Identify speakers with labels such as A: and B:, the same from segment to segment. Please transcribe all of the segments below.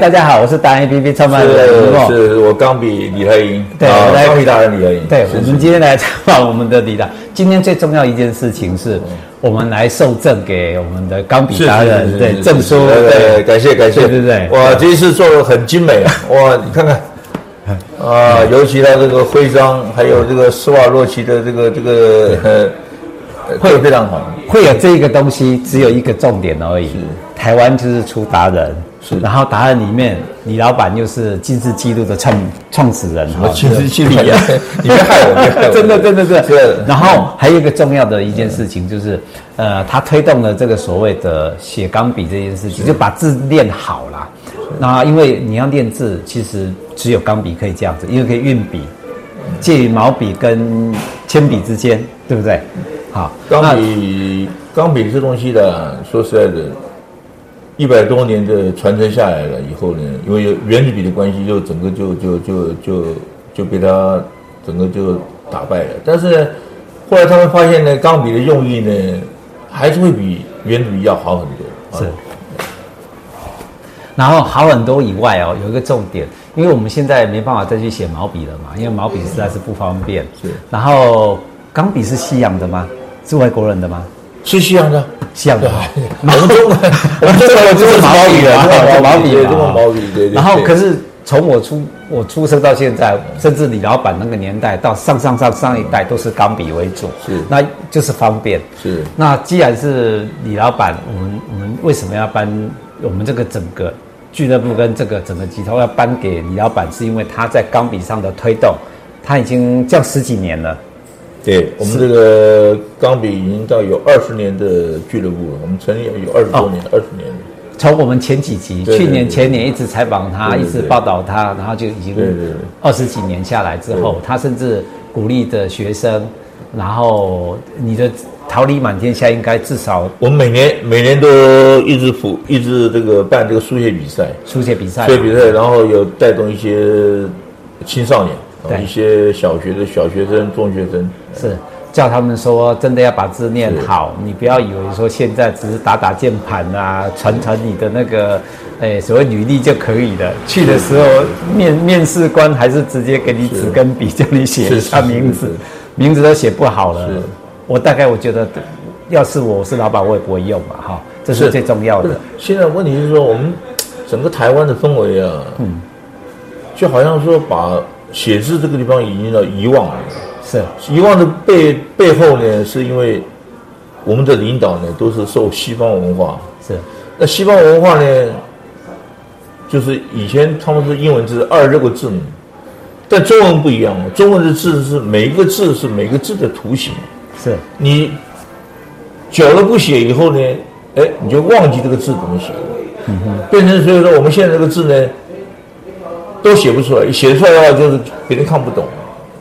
A: 大家好，我是达人 APP 创办人李梦。
B: 是我钢笔李和银，
A: 对
B: 啊
A: 我来
B: 钢笔达人李和银，
A: 对，
B: 是
A: 我
B: 是
A: 们今天来采访我们的李达。今天最重要一件事情
B: 嗯
A: 是，我们来受证给我们的钢笔
B: 是
A: 达
B: 是
A: 人
B: 是
A: 对
B: 是
A: 证
B: 是
A: 书，
B: 对对对
A: 对
B: 感谢感谢，
A: 对对对
B: 哇，这一次做的很精美啊，哇，你看看。啊，尤其它这个徽章，还有这个斯瓦洛奇的这个这个呃，呃做得非常好。
A: 会有这个东西，只有一个重点而已。台湾就是出达人，
B: 是
A: 然后达人里面李老板又是金氏纪录的创创始人哈，
B: 哦金氏纪录
A: 对
B: 啊你别害我别害 我
A: 真的真的真
B: 是啊
A: 的。然后还有一个重要的一件事情就是，呃，他推动了这个所谓的写钢笔这件事情，就把字练好啦。那因为你要练字，其实只有钢笔可以这样子，因为可以运笔，介于毛笔跟铅笔之间，对不对？好，那
B: 钢笔，钢笔这东西呢，说实在的，一百多年的传承下来了以后呢，因为有原子笔的关系，就整个就就就就就被它整个就打败了。但是呢，后来他们发现呢，钢笔的用意呢，还是会比原子笔要好很多。
A: 是
B: 啊，
A: 然后好很多以外哦，有一个重点，因为我们现在没办法再去写毛笔了嘛，因为毛笔实在是不方便。
B: 是
A: 然后钢笔是西洋的吗？是外国人的吗？
B: 是西洋的，
A: 西洋的。
B: 我们中国，我们中国人就是 毛笔
A: 啊，
B: 的，
A: 毛笔
B: 对
A: 嘛
B: 中国毛笔，对对。
A: 然后
B: 对
A: 可是从我出我出生到现在，甚至李老板那个年代到上上上上一代都是钢笔为主，
B: 是
A: 那就是方便。
B: 是
A: 那既然是李老板，我们我们为什么要搬我们这个整个俱乐部跟这个整个集团要搬给李老板？是因为他在钢笔上的推动，他已经这样十几年了。
B: 对我们这个钢笔已经到有二十年的俱乐部了，我们成立有二十多年，二十、年了。
A: 从我们前几集，
B: 对对
A: 去
B: 对
A: 年、前年一直采访他，
B: 对对
A: 一
B: 对
A: 直报道他，然后就已经
B: 对对对
A: 二十几年下来之后，他甚至鼓励的学生，然后你的桃李满天下应该至少
B: 我们每年每年都一直辅一直这个办这个书写比赛，
A: 书写比赛
B: 书，写比赛，然后有带动一些青少年，啊
A: 对
B: 一些小学的小学生、中学生，
A: 是叫他们说真的要把字念好，你不要以为说现在只是打打键盘啊，传传你的那个。哎，所谓履历就可以了。去的时候，面面试官还是直接给你纸跟笔，叫你写一
B: 是是
A: 下
B: 是
A: 名
B: 是
A: 字。名字都写不好了
B: 是。
A: 我大概我觉得，要是我是老板，我也不会用嘛，哈，这是最重要
B: 不是
A: 的。
B: 现在问题是说，我们整个台湾的氛围啊，就好像说把写字这个地方已经要遗忘了。
A: 是
B: 遗忘的背背后呢，是因为我们的领导呢都是受西方文化，
A: 是
B: 那西方文化呢，就是以前他们是英文字二十六个字母，但中文不一样哦，中文的字是每一个字是每个字的图形，
A: 是
B: 你久了不写以后呢，哎，你就忘记这个字怎么写了，变成所以说我们现在这个字呢，都写不出来，写出来的话就是别人看不懂。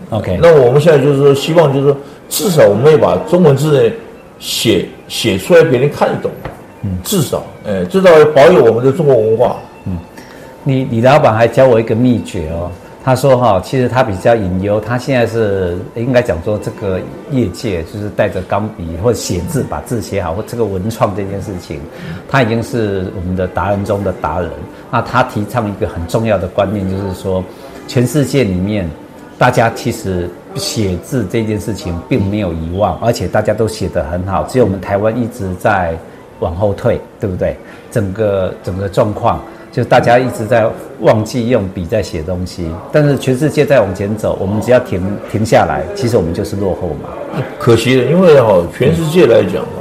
A: OK，
B: 那我们现在就是说，希望就是说，至少我们要把中文字呢写写出来，别人看得懂。嗯，至少，哎，至少保有我们的中国文化。
A: 你李老板还教我一个秘诀哦。他说哈、其实他比较隐忧，他现在是应该讲说这个业界就是带着钢笔或写字把字写好，或这个文创这件事情，他已经是我们的达人中的达人。那他提倡一个很重要的观念，就是说，全世界里面大家其实写字这件事情并没有遗忘，而且大家都写得很好，只有我们台湾一直在往后退，对不对？整个整个状况就大家一直在忘记用笔在写东西，但是全世界在往前走，我们只要停停下来，其实我们就是落后嘛。
B: 可惜了，因为哈、全世界来讲啊，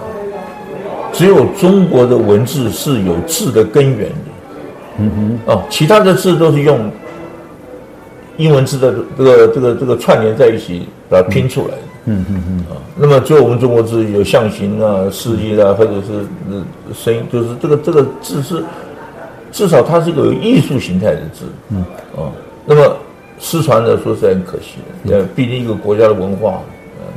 B: 只有中国的文字是有字的根源的。嗯哼。哦，其他的字都是用英文字的这个这个这个串联在一起把它拼出来的。嗯嗯嗯。啊，那么只有我们中国字有象形啊、示意啊，或者是呃声音，就是这个这个字是至少它是个有艺术形态的字。嗯。哦，那么失传的，说实在很可惜的，呃，毕竟一个国家的文化。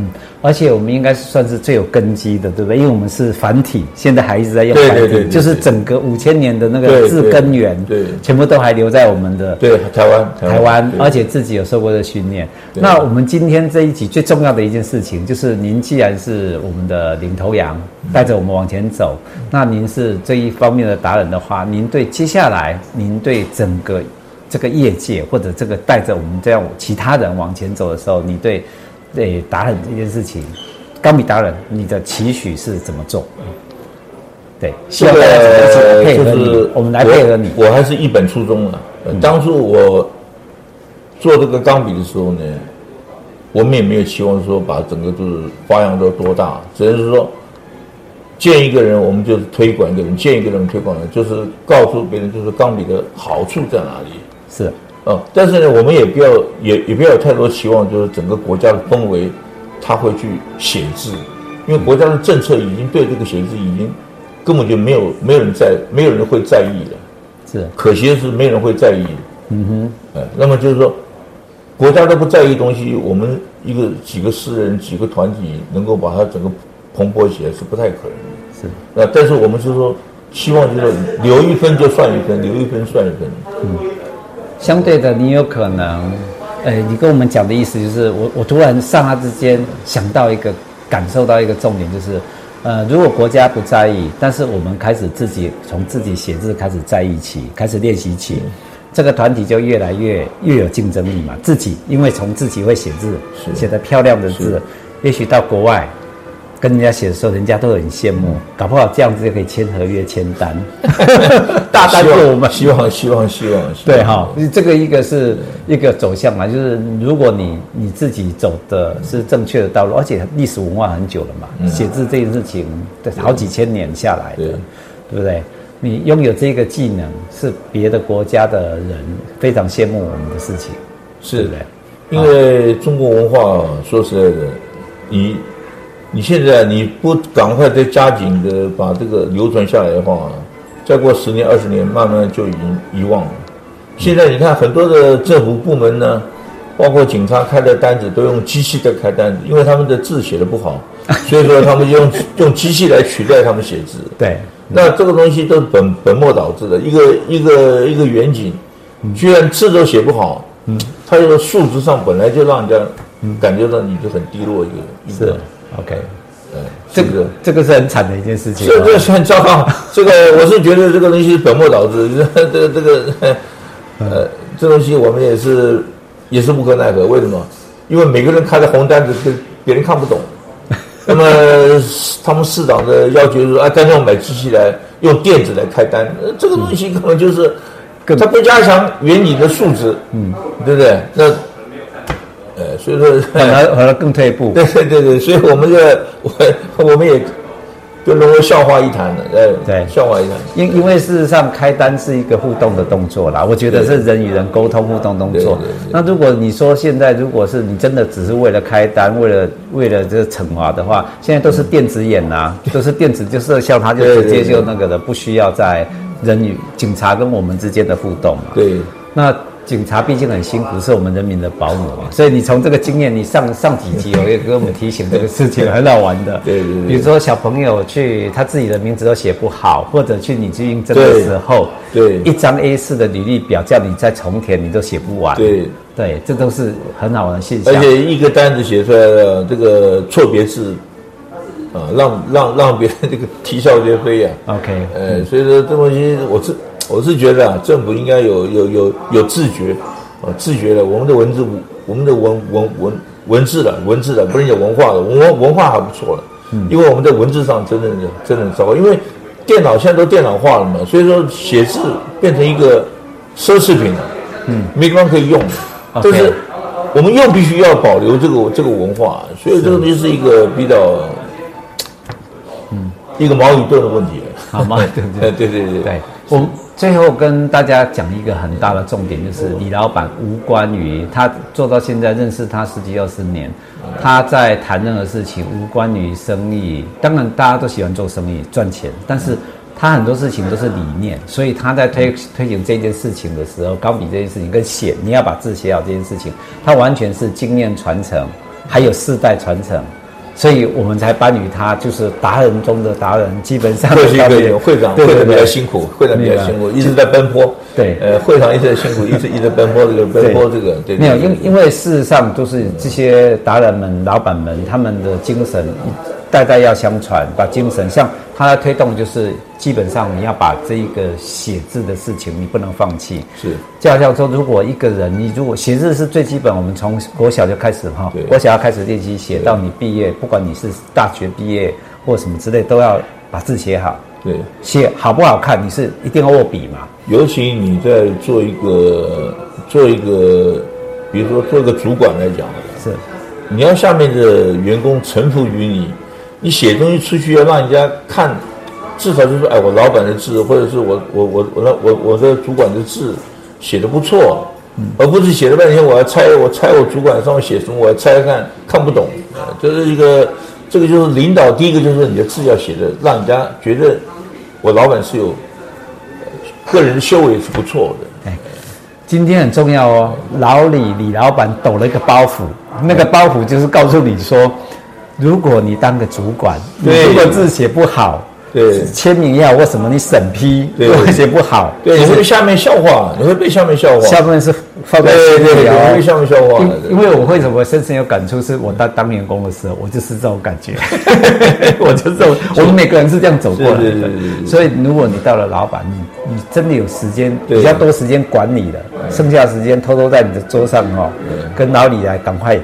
B: 嗯
A: 而且我们应该是算是最有根基的，对不对？因为我们是繁体，现在还一直在用
B: 对
A: 繁
B: 对
A: 体，
B: 对对对
A: 就是整个五千年的那
B: 对
A: 个
B: 对
A: 字根源，
B: 对
A: 全部都还留在我们的
B: 对，台湾，
A: 台湾，
B: 对
A: 而且自己有受过的训练。那我们今天这一集最重要的一件事情，就是您既然是我们的领头羊，
B: 嗯
A: 带着我们往前走，那您是这一方面的达人的话，您对接下来，您对整个这个业界或者这个带着我们这样其他人往前走的时候，你对对达人这件事情，高米达人，你的期许是怎么做？对，希
B: 嗯
A: 望
B: 这
A: 大家怎么一起
B: 个
A: 配
B: 就
A: 合你
B: 是，
A: 我们来配合你。嗯
B: 我我还是一本初衷啊。呃当初我做这个钢笔的时候呢，我们也没有期望说把整个就是发扬到多大，只是说见一个人，我们就是推广一个人；见一个人我们推广一个人，就是告诉别人就是钢笔的好处在哪里。
A: 是
B: 哦，但是呢，我们也不要也也不要有太多期望，就是整个国家的氛围，它会去写字，因为国家的政策已经对这个写字已经根本就没有没有人在没有人会在意了。
A: 是，
B: 可惜的是，没有人会在意。嗯哼，哎，那么就是说，国家都不在意的东西，我们一个几个私人几个团体能够把它整个蓬勃起来是不太可能的。
A: 是
B: 那但是我们是说，希望就是留一分就算一分，留一分算一分。
A: 相对的，你有可能，呃，你跟我们讲的意思就是，我我突然刹那之间想到一个，感受到一个重点，就是，呃，如果国家不在意，但是我们开始自己从自己写字开始在意起，开始练习起，这个团体就越来越越有竞争力嘛。自己因为从自己会写字，
B: 是
A: 写得漂亮的字，也许到国外。跟人家写的时候，人家都很羡慕，
B: 嗯
A: 搞不好这样子就可以签合约、签单， 大单
B: 希
A: 做
B: 望
A: 我们
B: 希望希望希望，希望
A: 对哈，这个一个是一个走向嘛，就是如果你你自己走的是正确的道路，而且历史文化很久了嘛，写字这件事情，对，好几千年下来的
B: 对，
A: 嗯对不对？你拥有这个技能是别的国家的人非常羡慕我们的事情，对
B: 是
A: 不对？
B: 因为中国文化，说实在的，你你现在你不赶快再加紧的把这个流传下来的话，再过十年二十年，慢慢就已经遗忘了。现在你看很多的政府部门呢，包括警察开的单子都用机器在开单子，因为他们的字写的不好，所以说他们用 用机器来取代他们写字。
A: 对，
B: 那这个东西都是本本末倒置的，一个一个一个远景，居然字都写不好，嗯，他这个素质上本来就让人家感觉到你就很低落一个，一
A: 是
B: 个，
A: OK，
B: 哎，
A: 这
B: 这个
A: 个这个是很惨的一件事情啊，
B: 这个很糟糕，这个我是觉得这个东西是本末倒置，这个这个呃，这东西我们也是也是无可奈何，为什么？因为每个人开的红单子别别人看不懂，那么他们市长的要求是说，啊，干脆我买机器来用电子来开单，呃这个东西根本就是，
A: 更
B: 它不加强原理的素质，嗯，对不对？那，呃，所以说，
A: 反而反而更退步，
B: 对对对对，所以我们这我我们也就沦为笑话一谈了，呃，
A: 对
B: 笑话一谈。
A: 因因为事实上，开单是一个互动的动作啦，我觉得
B: 对
A: 是人与人沟通互动动作
B: 对对对。
A: 那如果你说现在，如果是你真的只是为了开单，为了为了这个惩罚的话，现在都是电子眼呐、都是电子就摄像，它就
B: 嗯对对
A: 直接
B: 对
A: 就那个了，不需要在人与警察跟我们之间的互动嘛。
B: 对，
A: 那警察毕竟很辛苦，是我们人民的保姆嘛，所以你从这个经验，你上上几集有也给我们提醒这个事情，很好玩的。
B: 对对对
A: 比如说小朋友去他自己的名字都写不好，或者去你去应征的时候，
B: 对对
A: 一张 A 4的履历表叫你再重填，你都写不完。
B: 对
A: 对，这都是很好玩的现象
B: 而。且一个单子写出来了，这个错别字啊，让让让别人 这个啼笑皆非呀、
A: OK，
B: 呃，所以说这东西我是我是觉得啊，政府应该有有有有自觉啊，自觉的，我们的文字我们的文文文文字的文字的，不能讲文化的，文文化还不错了，因为我们在文字上真的是真的很糟糕，因为电脑现在都电脑化了嘛，所以说写字变成一个奢侈品了，嗯，啊没地方可以用，
A: OK
B: 但是我们又必须要保留这个这个文化，啊所以这个东西是一个比较。一个矛与盾的问题，啊
A: 好吗？对 不对？
B: 哎，对对对
A: 对，我最后跟大家讲一个很大的重点，
B: 嗯
A: 就是李老板无关于他做到现在，认识他十几二十年，他在谈任何事情无关于生意。当然，大家都喜欢做生意赚钱，但是他很多事情都是理念，所以他在
B: 嗯
A: 推推行这件事情的时候，钢笔这件事情跟写，你要把字写好这件事情，他完全是经验传承。还有世代传承，所以我们才颁予他就是达人中的达人，基本上
B: 会是一
A: 他
B: 个
A: 们
B: 人会长，
A: 对
B: 会
A: 对
B: 长比较
A: 对
B: 辛苦，会长比较
A: 明白
B: 辛苦，一直在奔波。
A: 对
B: 呃，会长一直在 辛苦，一直一直奔波这个奔波这个，对，对
A: 没有，
B: 对
A: 因因为事实上就是这些达人们、老板们他们的精神代代要相传，把精神像他在推动，就是基本上你要把这一个写字的事情，你不能放弃。
B: 是
A: 就好像说，如果一个人，你如果写字是最基本，我们从国小就开始哈
B: 对，
A: 国小要开始练习写，到你毕业，不管你是大学毕业或什么之类，都要把字写好。
B: 对，
A: 写好不好看，你是一定要握笔嘛？
B: 尤其你在做一个做一个，比如说做一个主管来讲，
A: 是，
B: 你要下面的员工臣服于你，你写东西出去要让人家看，至少就是说，哎，我老板的字，或者是我我我我的我我的主管的字写的不错，而不是写了半天我要猜我猜我主管上面写什么，我要猜看看不懂，呃这是一个这个就是领导第一个就是你的字要写的，让人家觉得呃我老板是有呃个人的修为是不错的。
A: 今天很重要哦，老李李老板抖了一个包袱，那个包袱就是告诉你说，如果你当个主管，你
B: 对
A: 如果字写不好，
B: 对
A: 签名要或什么你审批，
B: 对
A: 如果写不好，
B: 对，你
A: 就是
B: 会被下面笑话，你会被下面笑话。
A: 下面是放在
B: 对
A: 心
B: 对
A: 里
B: 对，你会被
A: 哦。
B: 下面笑话的。
A: 因因为我为什么深深有感触，是我当当员工的时候，我就是这种感觉， 我就是这种，我们每个人是这样走过来
B: 是是
A: 的
B: 是是。是
A: 所以，如果你到了老板，你你真的有时间，
B: 对
A: 比较多时间管理了，剩下的时间偷偷在你的桌上哦，跟老李来赶快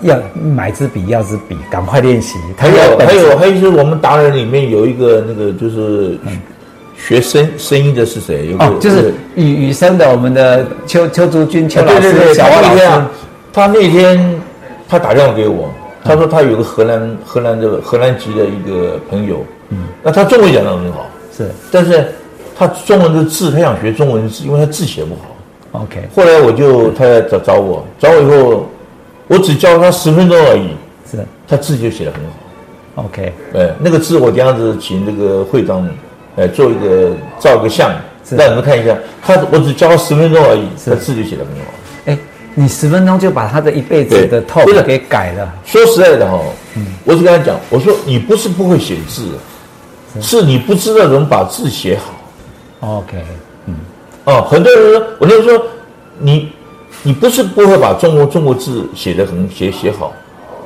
A: 要买支笔，要支笔，赶快练习。他
B: 还有
A: 要本
B: 还
A: 事
B: 有还有就是我们达人里面有一个那个就是学声声音的是谁？有
A: 嗯
B: 个
A: 哦，就是雨雨生的我们的邱邱竹君邱
B: 对
A: 老
B: 对对，
A: 师
B: 对
A: 小
B: 他
A: 汪老
B: 那
A: 师
B: 天啊，他那天他打电话给我，他说他有个荷兰荷兰的荷兰籍的一个朋友，
A: 嗯
B: 那他中文讲的很好，
A: 是
B: 但是他中文的字他想学中文字，因为他字写不好。
A: OK
B: 后来我就他来找找我，找我以后，我只教他十分钟而已，
A: 是
B: 他字就写得很好。
A: OK
B: 哎，那个字我这样子请这个会长，哎，做一个照一个相，
A: 是
B: 让你们看一下。他我只教他十分钟而已，
A: 是
B: 他字就写得很好。
A: 哎，你十分钟就把他的一辈子的
B: 对
A: 痛
B: 不是
A: 给改了，
B: 说实在的哈、
A: 嗯
B: 我只跟他讲，我说你不是不会写字，是你不知道怎么把字写好。
A: OK，
B: 哦，很多人说，我就说你，你不是不会把中国中国字写得很写写好，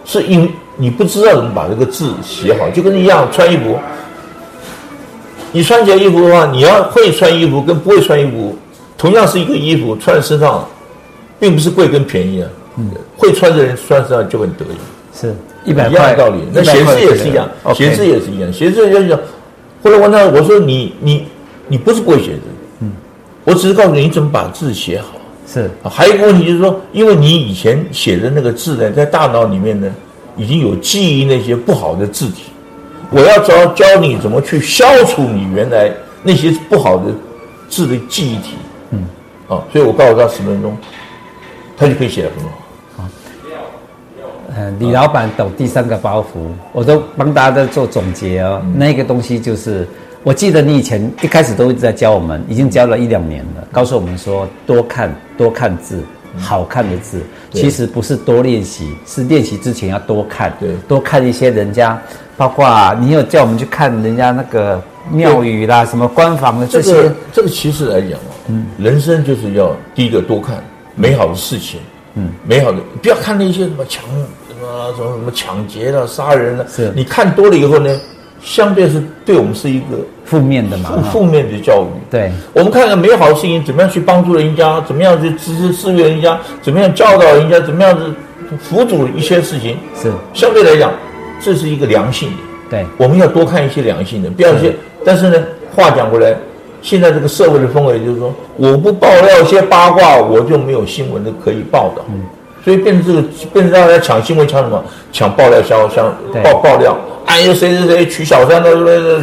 B: 是因为你不知道怎么把这个字写好，就跟一样穿衣服，你穿起来衣服的话，你要会穿衣服跟不会穿衣服，同样是一个衣服穿在身上，并不是贵跟便宜啊。会穿的人穿身上就很得意。
A: 是一百
B: 一样
A: 块
B: 的道理。哎那
A: 100
B: 写
A: 块
B: 字也是一样，
A: OK
B: 写字也是一样，写字就是。后来问他，我说你你你不是不会写字，嗯，我只是告诉你你怎么把字写好。
A: 是
B: 啊还有一个问题就是说，因为你以前写的那个字呢，在大脑里面呢已经有记忆那些不好的字体，我要教教你怎么去消除你原来那些不好的字的记忆体。嗯，啊，所以我告诉他十分钟，他就可以写得很好。
A: 嗯，李老板抖第三个包袱，我都帮大家在做总结哦。
B: 嗯
A: 那个东西就是，我记得你以前一开始都一直在教我们，已经教了一两年了，告诉我们说多看多看字，
B: 嗯
A: 好看的字，其实不是多练习，是练习之前要多看，
B: 对
A: 多看一些人家，包括、你有叫我们去看人家那个庙宇啦，什么官房的
B: 这
A: 这些，
B: 个这个其实来讲啊，人生就是要第一个多看美好的事情，嗯，美好的不要看那些什么强什么什么什么抢劫了、杀人了，
A: 是
B: 你看多了以后呢，相对是对我们是一个
A: 负面的嘛，
B: 负
A: 哈
B: 负面的教育。
A: 对，
B: 我们看看美好的事情，怎么样去帮助人家，怎么样去支持支援人家，怎么样教导人家，怎么样子辅佐一些事情，
A: 是，
B: 相对来讲，这是一个良性的。
A: 对，
B: 我们要多看一些良性的，不要去。但是呢，话讲回来，现在这个社会的氛围就是说，我不爆料一些八卦，我就没有新闻的可以报道。所以变成这个，变成大家抢新闻，抢什么？抢爆料，想想
A: 对
B: 爆爆料。哎呀，谁谁谁娶小三了，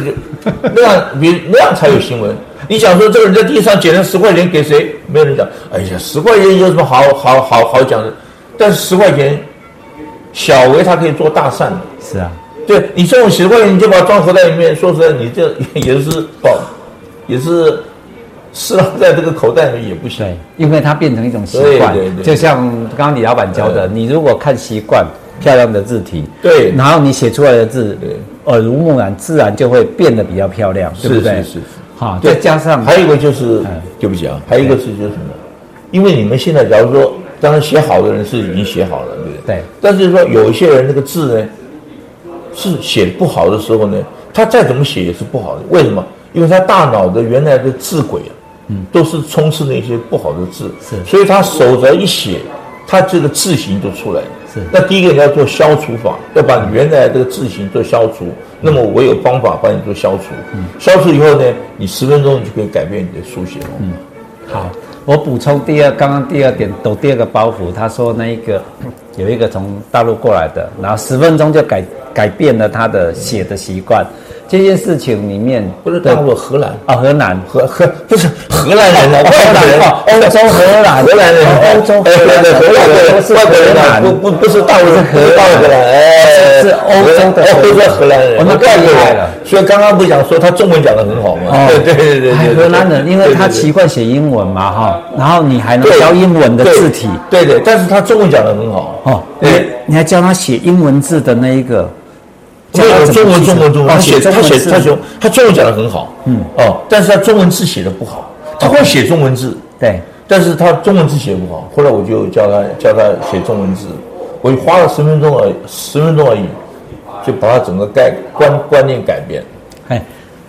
B: 那样比那样才有新闻。你想说这个人在地上捡了十块钱给谁？没有人讲。哎呀，十块钱有什么好好好好讲的？但是十块钱，小为他可以做大善的。
A: 是啊，
B: 对你这种习惯，你就把它装口袋里面。说实在，你这也是保，也是是放在这个口袋里也不行。
A: 对，因为它变成一种习惯
B: 对对，对
A: 就像刚刚李老板教的，
B: 对
A: 你如果看习惯，漂亮的字体，
B: 对
A: 然后你写出来的字
B: 对，
A: 耳濡目染，自然就会变得比较漂亮，对不
B: 是
A: 对？
B: 是是，
A: 好，
B: 对
A: 再加上哎
B: 还有一个就是，对不起啊，还有一个是就是什么？因为你们现在假如说，当然写好的人是已经写好了，对不对？
A: 对。
B: 但是说有一些人那个字呢，是写不好的时候呢，他再怎么写也是不好的。为什么？因为他大脑的原来的字轨啊，嗯，都是充斥那些不好的字，
A: 是
B: 所以他手则一写，他这个字形就出来了。
A: 是
B: 那第一个你要做消除法，要把你原来这个字形做消除。
A: 嗯
B: 那么我有方法帮你做消除。消除以后呢，你十分钟你就可以改变你的书写了。嗯，
A: 好，我补充第二，刚刚第二点抖第二个包袱，他说那一个 有一个从大陆过来的，然后十分钟就改改变了他的写的习惯，这件事情里面
B: 不是
A: 的
B: 大陆，荷兰，
A: 啊，荷兰
B: 荷呃荷不是荷兰人啊，
A: 哦
B: 外国人啊，
A: 荷兰哦欧洲荷兰
B: 荷兰人
A: 哦
B: 啊，
A: 欧洲荷兰
B: 哎
A: 哦都是
B: 对对荷兰人，外国人
A: 荷
B: 啊，
A: 兰
B: 不不不是大陆人，
A: 不是荷兰
B: 大陆人，哎，
A: 是是欧洲的
B: 哎欧洲荷兰人，
A: 哦那更
B: 外国
A: 厉害
B: 人
A: 了。
B: 所以刚刚不是讲说他中文讲的很好吗？ 对对对对
A: 哦哎
B: 对，
A: 荷兰人，因为他
B: 对对对
A: 习惯写英文嘛哈，然后你还能
B: 对
A: 教英文的字体
B: 对对，对但是他中文讲的很好
A: 哦，你
B: 对，
A: 你还教他写英文字的那一个，教
B: 没
A: 他
B: 有
A: 怎么
B: 中文
A: 记
B: 中文中文，
A: 哦
B: 他写
A: 中
B: 他
A: 文
B: 写
A: 字
B: 他中他中文讲的很好，嗯哦，但是他中文字写的不好，他会写中文字，
A: 对，
B: 但是他中文字写不好，后来我就教他教他写中文字，我花了十分钟而十分钟而已，就把他整个概观观念改变。
A: 哎，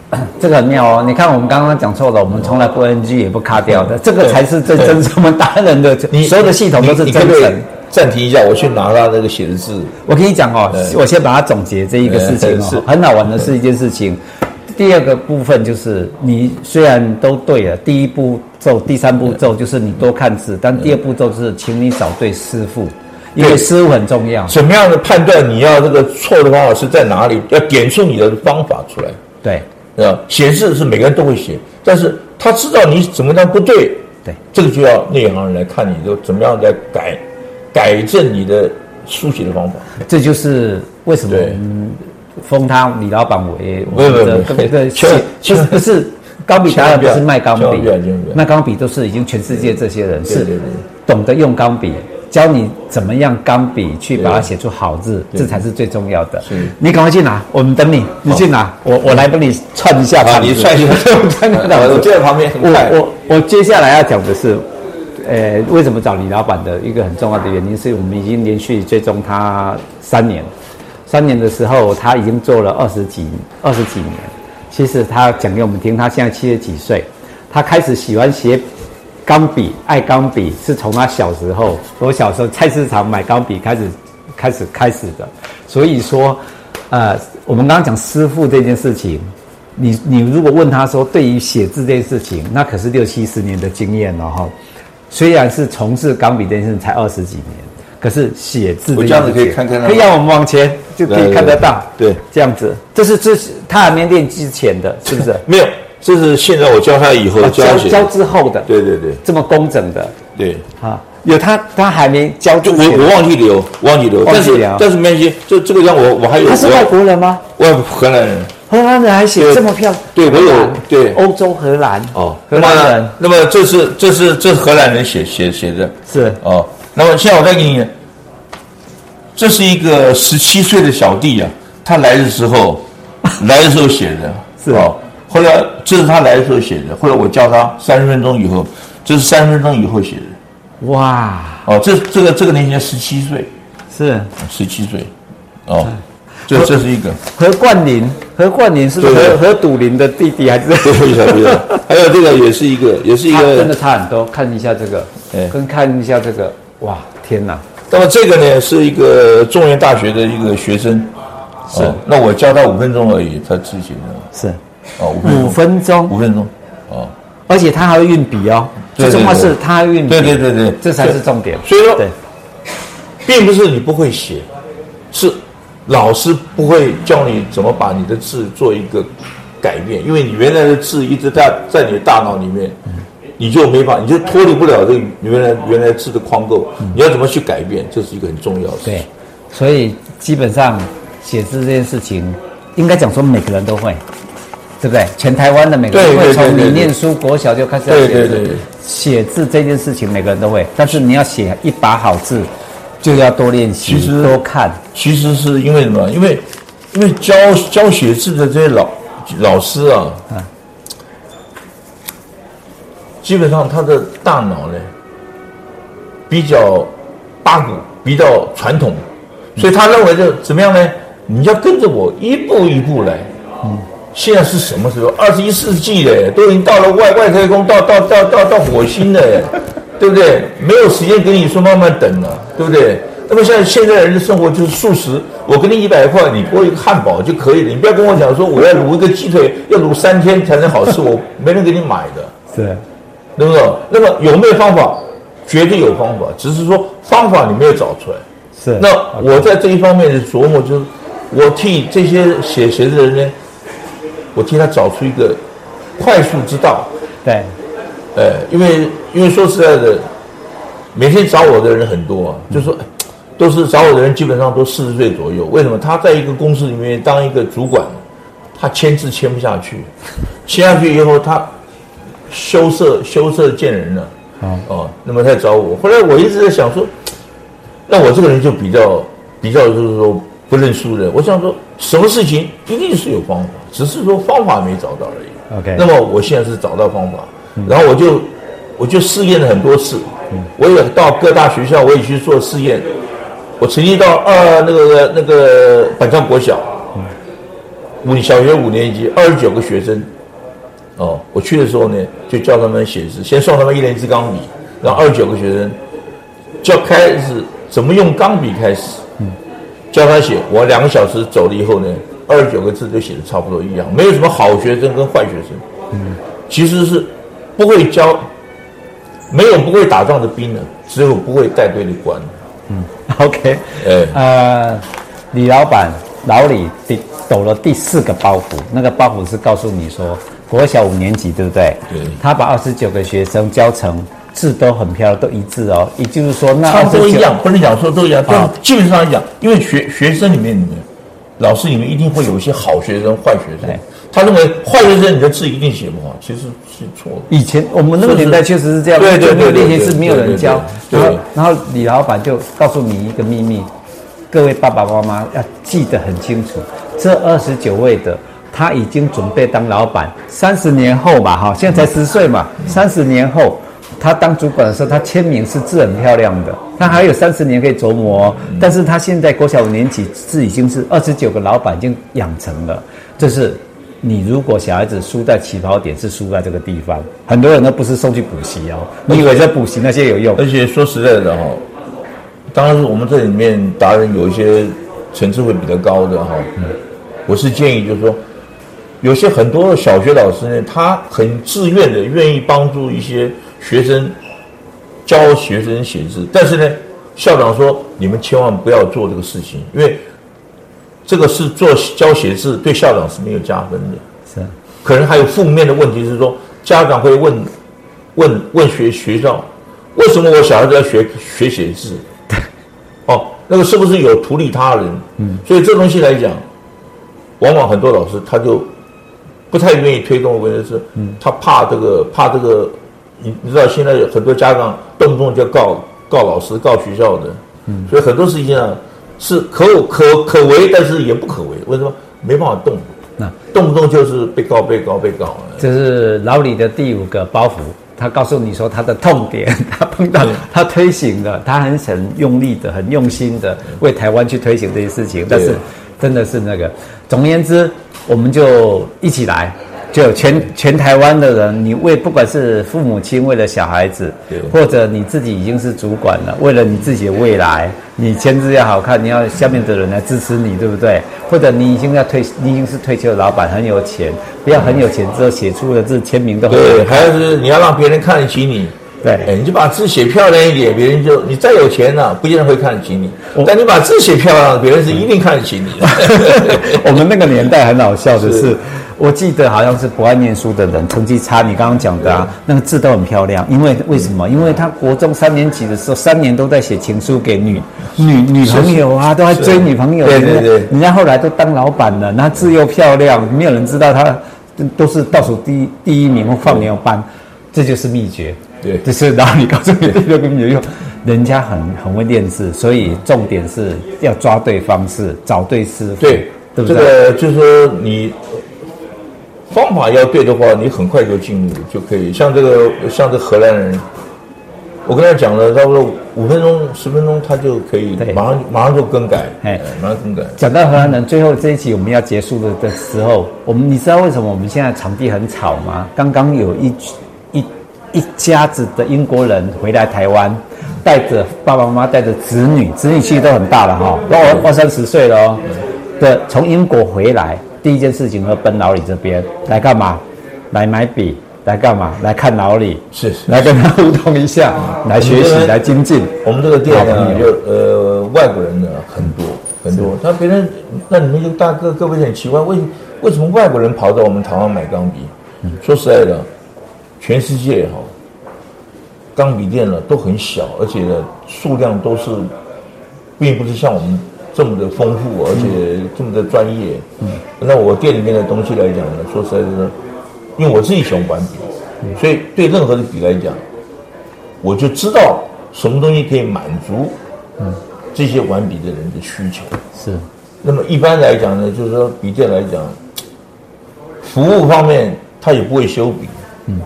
A: 这个很妙哦！你看，我们刚刚讲错了，我们从来不 NG 也不卡掉的，这个才是最真实。我们达人的
B: 你
A: 所有的系统都是
B: 你你可
A: 真
B: 不可以
A: 诚。
B: 暂停一下，我去拿他那个写的字，
A: 我跟你讲哦
B: 对，
A: 我先把它总结这一个事情
B: 对是
A: 哦，很好玩的是一件事情。第二个部分就是你虽然都对了，第一步骤、第三步骤就是你多看字，但第二步骤就是请你找对师傅，因为
B: 对
A: 师傅很重要。
B: 怎么样的判断你要这个错的方法是在哪里，要点出你的方法出来。
A: 对
B: 啊，写字是每个人都会写，但是他知道你怎么样不对，
A: 对，
B: 这个就要内行人来看你都怎么样来改，改正你的书写的方法。
A: 这就是为什么
B: 对
A: 我们封他李老板为
B: 不不不
A: 这个
B: 千万
A: 其实不是钢笔达人不是卖钢
B: 千
A: 笔
B: 万不要千万不要千万不，要
A: 卖钢笔都是已经全世界这些人
B: 对
A: 是
B: 对对
A: 懂得用钢笔。教你怎么样钢笔去把它写出好字，
B: 对
A: 这才是最重要的
B: 是。
A: 你赶快去拿，我们等你。你去拿，我我来帮你串一下
B: 啊
A: 场
B: 你
A: 子
B: 串一下
A: 我看看场子
B: 我就在旁边很快
A: 我我我接下来要讲的是，呃，为什么找李老板的一个很重要的原因，是我们已经连续追踪他三年，三年的时候他已经做了二十几二十几年。其实他讲给我们听，他现在七十几岁，他开始喜欢写钢笔，爱钢笔是从他小时候，我小时候菜市场买钢笔开始开始开始的。所以说，呃，我们刚刚讲师傅这件事情，你你如果问他说对于写字这件事情，那可是六七十年的经验了哈。虽然是从事钢笔这件事情才二十几年，可是写字
B: 我
A: 这
B: 这
A: 件
B: 样子
A: 事
B: 可以
A: 情
B: 看看到
A: 可以让我们往前就可以看得到，
B: 对对对
A: 这样子，这是这是他还没练之前的，是不是？
B: 没有，这是现在我教他以后
A: 啊
B: 教他写，
A: 教之后的，
B: 对对对
A: 这么工整的
B: 对，
A: 啊，有他他还没教
B: 就
A: 之
B: 我
A: 前，
B: 我忘记留，忘记留，
A: 忘
B: 但
A: 记
B: 是
A: 留
B: 但是没关系，这这个让我我还有
A: 他是
B: 我
A: 外
B: 要
A: 国人吗？
B: 我要荷兰人
A: 荷兰人还写
B: 对
A: 这么漂亮，
B: 对我有
A: 荷兰
B: 对
A: 欧洲荷兰
B: 哦，
A: 荷
B: 那
A: 兰
B: 么
A: 人
B: 那么这是这是这是荷兰人写写写的，
A: 是
B: 哦，那么现在我再给你，这是一个十七岁的小弟啊，他来的时 候，来的时候写的，
A: 是
B: 哦。后来这是他来的时候写的，后来我教他三十分钟以后，这是三十分钟以后写的。
A: 哇，
B: 哦，这这个这个年轻人十七岁，
A: 是
B: 十七岁，哦，这这是一个。
A: 何冠霖，何冠霖是不是
B: 对
A: 何
B: 对
A: 何笃林的弟弟还是？
B: 对不起，对不 起。还有这个也是一个，也是一
A: 他真
B: 个
A: 的。差很多，看一下这个
B: 哎，
A: 跟看一下这个，哇，天哪！
B: 那么这个呢，是一个中原大学的一个学生。是、那我教他五分钟而已，他自己的
A: 是
B: 哦，五分钟
A: 五分钟，
B: 五分钟，哦，
A: 而且他还会运笔哦，
B: 对
A: 最
B: 对
A: 重要
B: 对
A: 是他还运笔，
B: 对对对对
A: 这才是重点。
B: 所以说
A: 对，
B: 并不是你不会写，是老师不会教你怎么把你的字做一个改变，因为你原来的字一直在在你的大脑里面，你就没法，你就脱离不了这个原来原来字的框构，你要怎么去改变，这是一个很重要的事情
A: 对，所以基本上写字这件事情，应该讲说每个人都会，对不对？全台湾的每个人都
B: 对
A: 会
B: 对对
A: 从
B: 对
A: 你
B: 对
A: 念书国小就开始要
B: 对
A: 写
B: 对
A: 字
B: 对对，
A: 写字这件事情每个人都会，但是你要写一把好字，就要多练习
B: 其，实
A: 多看，
B: 其实是因为什么？因为因为教教写字的这些老老师啊，基本上他的大脑呢比较八股，比较传统，所以他认为就怎么样呢？你要跟着我一步一步来。现在是什么时候？二十一世纪嘞，都已经到了外外太空，到到到到到火星了耶， 对不对？没有时间跟你说慢慢等了、对不对？那么现在现在人的生活就是素食，我给你一百块，你给我一个汉堡就可以了，你不要跟我讲说我要卤一个鸡腿，要卤三天才能好吃，我没人给你买的。
A: 是
B: 对不对？那么有没有方法？绝对有方法，只是说方法你没有找出来。
A: 是。
B: 那我在这一方面的琢磨，就是我替这些写写的人呢，我替他找出一个快速之道。
A: 对
B: 呃，因为因为说实在的，每天找我的人很多啊，就说哎都是找我的人基本上都四十岁左右。为什么？他在一个公司里面当一个主管，他签字签不下去，签下去以后他羞涩羞涩见人了。
A: 哦
B: 哦，那么他找我，后来我一直在想说，那我这个人就比较比较就是说不认输的。我想说，什么事情一定是有方法，只是说方法没找到而已。
A: ，OK，
B: 那么我现在是找到方法，然后我就我就试验了很多次，我也到各大学校，我也去做试验。我曾经到二那个那个板桥国小，五小学五年级，二十九个学生，哦，我去的时候呢，就教他们写字，先送他们一人一支钢笔，然后二十九个学生，教开始怎么用钢笔开始，教他写，我两个小时走了以后呢，二十九个字就写的差不多一样，没有什么好学生跟坏学生。其实是不会教，没有不会打仗的兵的，只有不会带队的官。
A: OK，
B: 哎
A: 呃，李老板老李第抖了第四个包袱，那个包袱是告诉你说，国小五年级对不对？
B: 对
A: 他把二十九个学生教成字都很漂亮，都一致哦，也就是说那
B: 差
A: 二
B: 不多
A: 十
B: 一
A: 九
B: 样，不啊能讲说都一样，但
A: 好
B: 基本上来讲，因为学学生里面里面，老师里面一定会有一些好学生、坏学生
A: 对。
B: 他认为坏学生你的字一定写不好，其实是错的。
A: 以前我们那个年代确实是这样，
B: 对对对对
A: 那些是没有人教。
B: 对
A: 然
B: 对对
A: 后，然后李老板就告诉你一个秘密，各位爸爸妈妈要记得很清楚，这二十九位的他已经准备当老板，三十年后嘛，哈，现在才十岁嘛，三十年后。他当主管的时候，他签名是字很漂亮的，他还有三十年可以琢磨、哦。但是他现在国小五年级，字已经是二十九个老板已经养成了，这是你如果小孩子输在起跑点，是输在这个地方。很多人都不是送去补习哦，你以为在补习那些有用？
B: 而且说实在的哈、当然是我们这里面达人有一些层次会比较高的哈、我是建议就是说，有些很多小学老师呢，他很自愿的愿意帮助一些学生教学生写字，但是呢，校长说你们千万不要做这个事情，因为这个是做教写字对校长是没有加分的。
A: 是
B: 可能还有负面的问题是说，家长会问问问学学校，为什么我小孩子要学学写字？ 哦，那个是不是有图利他人？嗯，所以这东西来讲，往往很多老师他就不太愿意推动文学是，他怕这个怕这个，你你知道现在有很多家长动不动就告告老师告学校的，嗯，所以很多事情啊是可有可可为，但是也不可为，为什么没办法动？
A: 那
B: 动不动就是被告、被告、被告。
A: 这是老李的第五个包袱，他告诉你说他的痛点，他碰到
B: 对
A: 他推行了，他很很用力的、很用心的为台湾去推行这些事情，但是真的是那个。总而言之，我们就一起来，就全全台湾的人，你为不管是父母亲为了小孩子
B: 对，
A: 或者你自己已经是主管了，为了你自己的未来，你签字要好看，你要下面的人来支持你，对不对？或者你已经要退，你已经是退休的老板，很有钱，不要很有钱之后写出的字签名都很
B: 对，还有就是你要让别人看得起你。
A: 对
B: 哎，你就把字写漂亮一点，别人就你再有钱呢、不一定会看得起你。但你把字写漂亮，别人是一定看得起你的。
A: 嗯 我们那个年代很好笑的是，我记得好像是不爱念书的人，成绩差，你刚刚讲的啊，那个字都很漂亮。因为为什
B: 嗯
A: 么？因为他国中三年级的时候，三年都在写情书给女女女朋友啊，都在追女朋友。
B: 对对
A: 人家
B: 对
A: 人家后来都当老板了，那字又漂亮，没有人知道他都是倒数第一第一名或放牛班，这就是秘诀。
B: 对
A: 这是然后你告诉你这个秘诀，人家很很会练字，所以重点是要抓对方式，找对师傅，
B: 对，
A: 对不
B: 这
A: 对？
B: 个就是说你方法要对的话，你很快就进入就可以。像这个像这荷兰人，我跟他讲了差不多五分钟十分钟，他就可以
A: 对
B: 马上马上就更改，
A: 哎
B: 哎，马上更改。
A: 讲到荷兰人，最后这一集我们要结束的的时候，我们你知道为什么我们现在场地很吵吗？刚刚有一一一家子的英国人回来台湾，带着爸爸妈妈，带着子女，子女其实都很大了哈、都二二三十岁了哦。的从英国回来，第一件事情会奔老李这边来干嘛？来买笔，来干嘛？来看老李，
B: 是是
A: 来跟他互动一下，来学
B: 我们这
A: 习，
B: 边
A: 来精进。
B: 我们这个店
A: 好
B: 呢，
A: 朋
B: 就
A: 友
B: 呃外国人呢很多很多，他别人那你们就大哥各位很奇怪，为为什么外国人跑到我们台湾买钢笔？
A: 嗯
B: 说实在的，全世界哈、钢笔店呢都很小，而且呢数量都是，并不是像我们这么的丰富，而且
A: 嗯
B: 这么的专业。那我店里面的东西来讲呢，说实在的，因为我自己喜欢玩
A: 嗯
B: 笔，所以对任何的笔来讲，我就知道什么东西可以满足，这些玩笔的人的需求。
A: 是，
B: 那么一般来讲呢，就是说笔店来讲，服务方面他也不会修笔，嗯，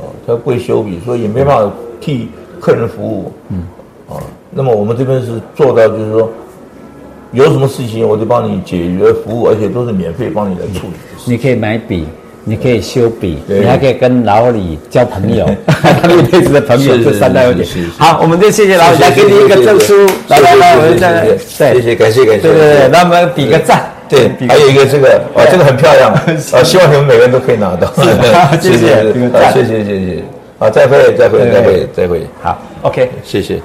B: 哦，他不会修笔，所以也没办法替客人服务，嗯，啊，那么我们这边是做到就是说，有什么事情我就帮你解决服务，而且都是免费帮你来处理的事。
A: 你可以买笔，你可以修笔，
B: 对
A: 你还可以跟老李交朋 友，他们一辈子的朋友，
B: 是
A: 这三大优点
B: 是是是。是
A: 好，我们就谢谢老李，
B: 谢谢
A: 来给你一个证书，来
B: 谢谢
A: 来来，
B: 谢谢
A: 我们再来
B: 谢谢谢谢感谢感谢
A: 对对对，那我们比个赞，
B: 对
A: 比，个
B: 还有一个这个，哦，这个很漂 亮，啊，希望你们每个人都可以拿到，
A: 谢谢
B: 是是是啊谢谢谢谢，啊，再会再会再会再会，
A: 好，OK。
B: 谢谢。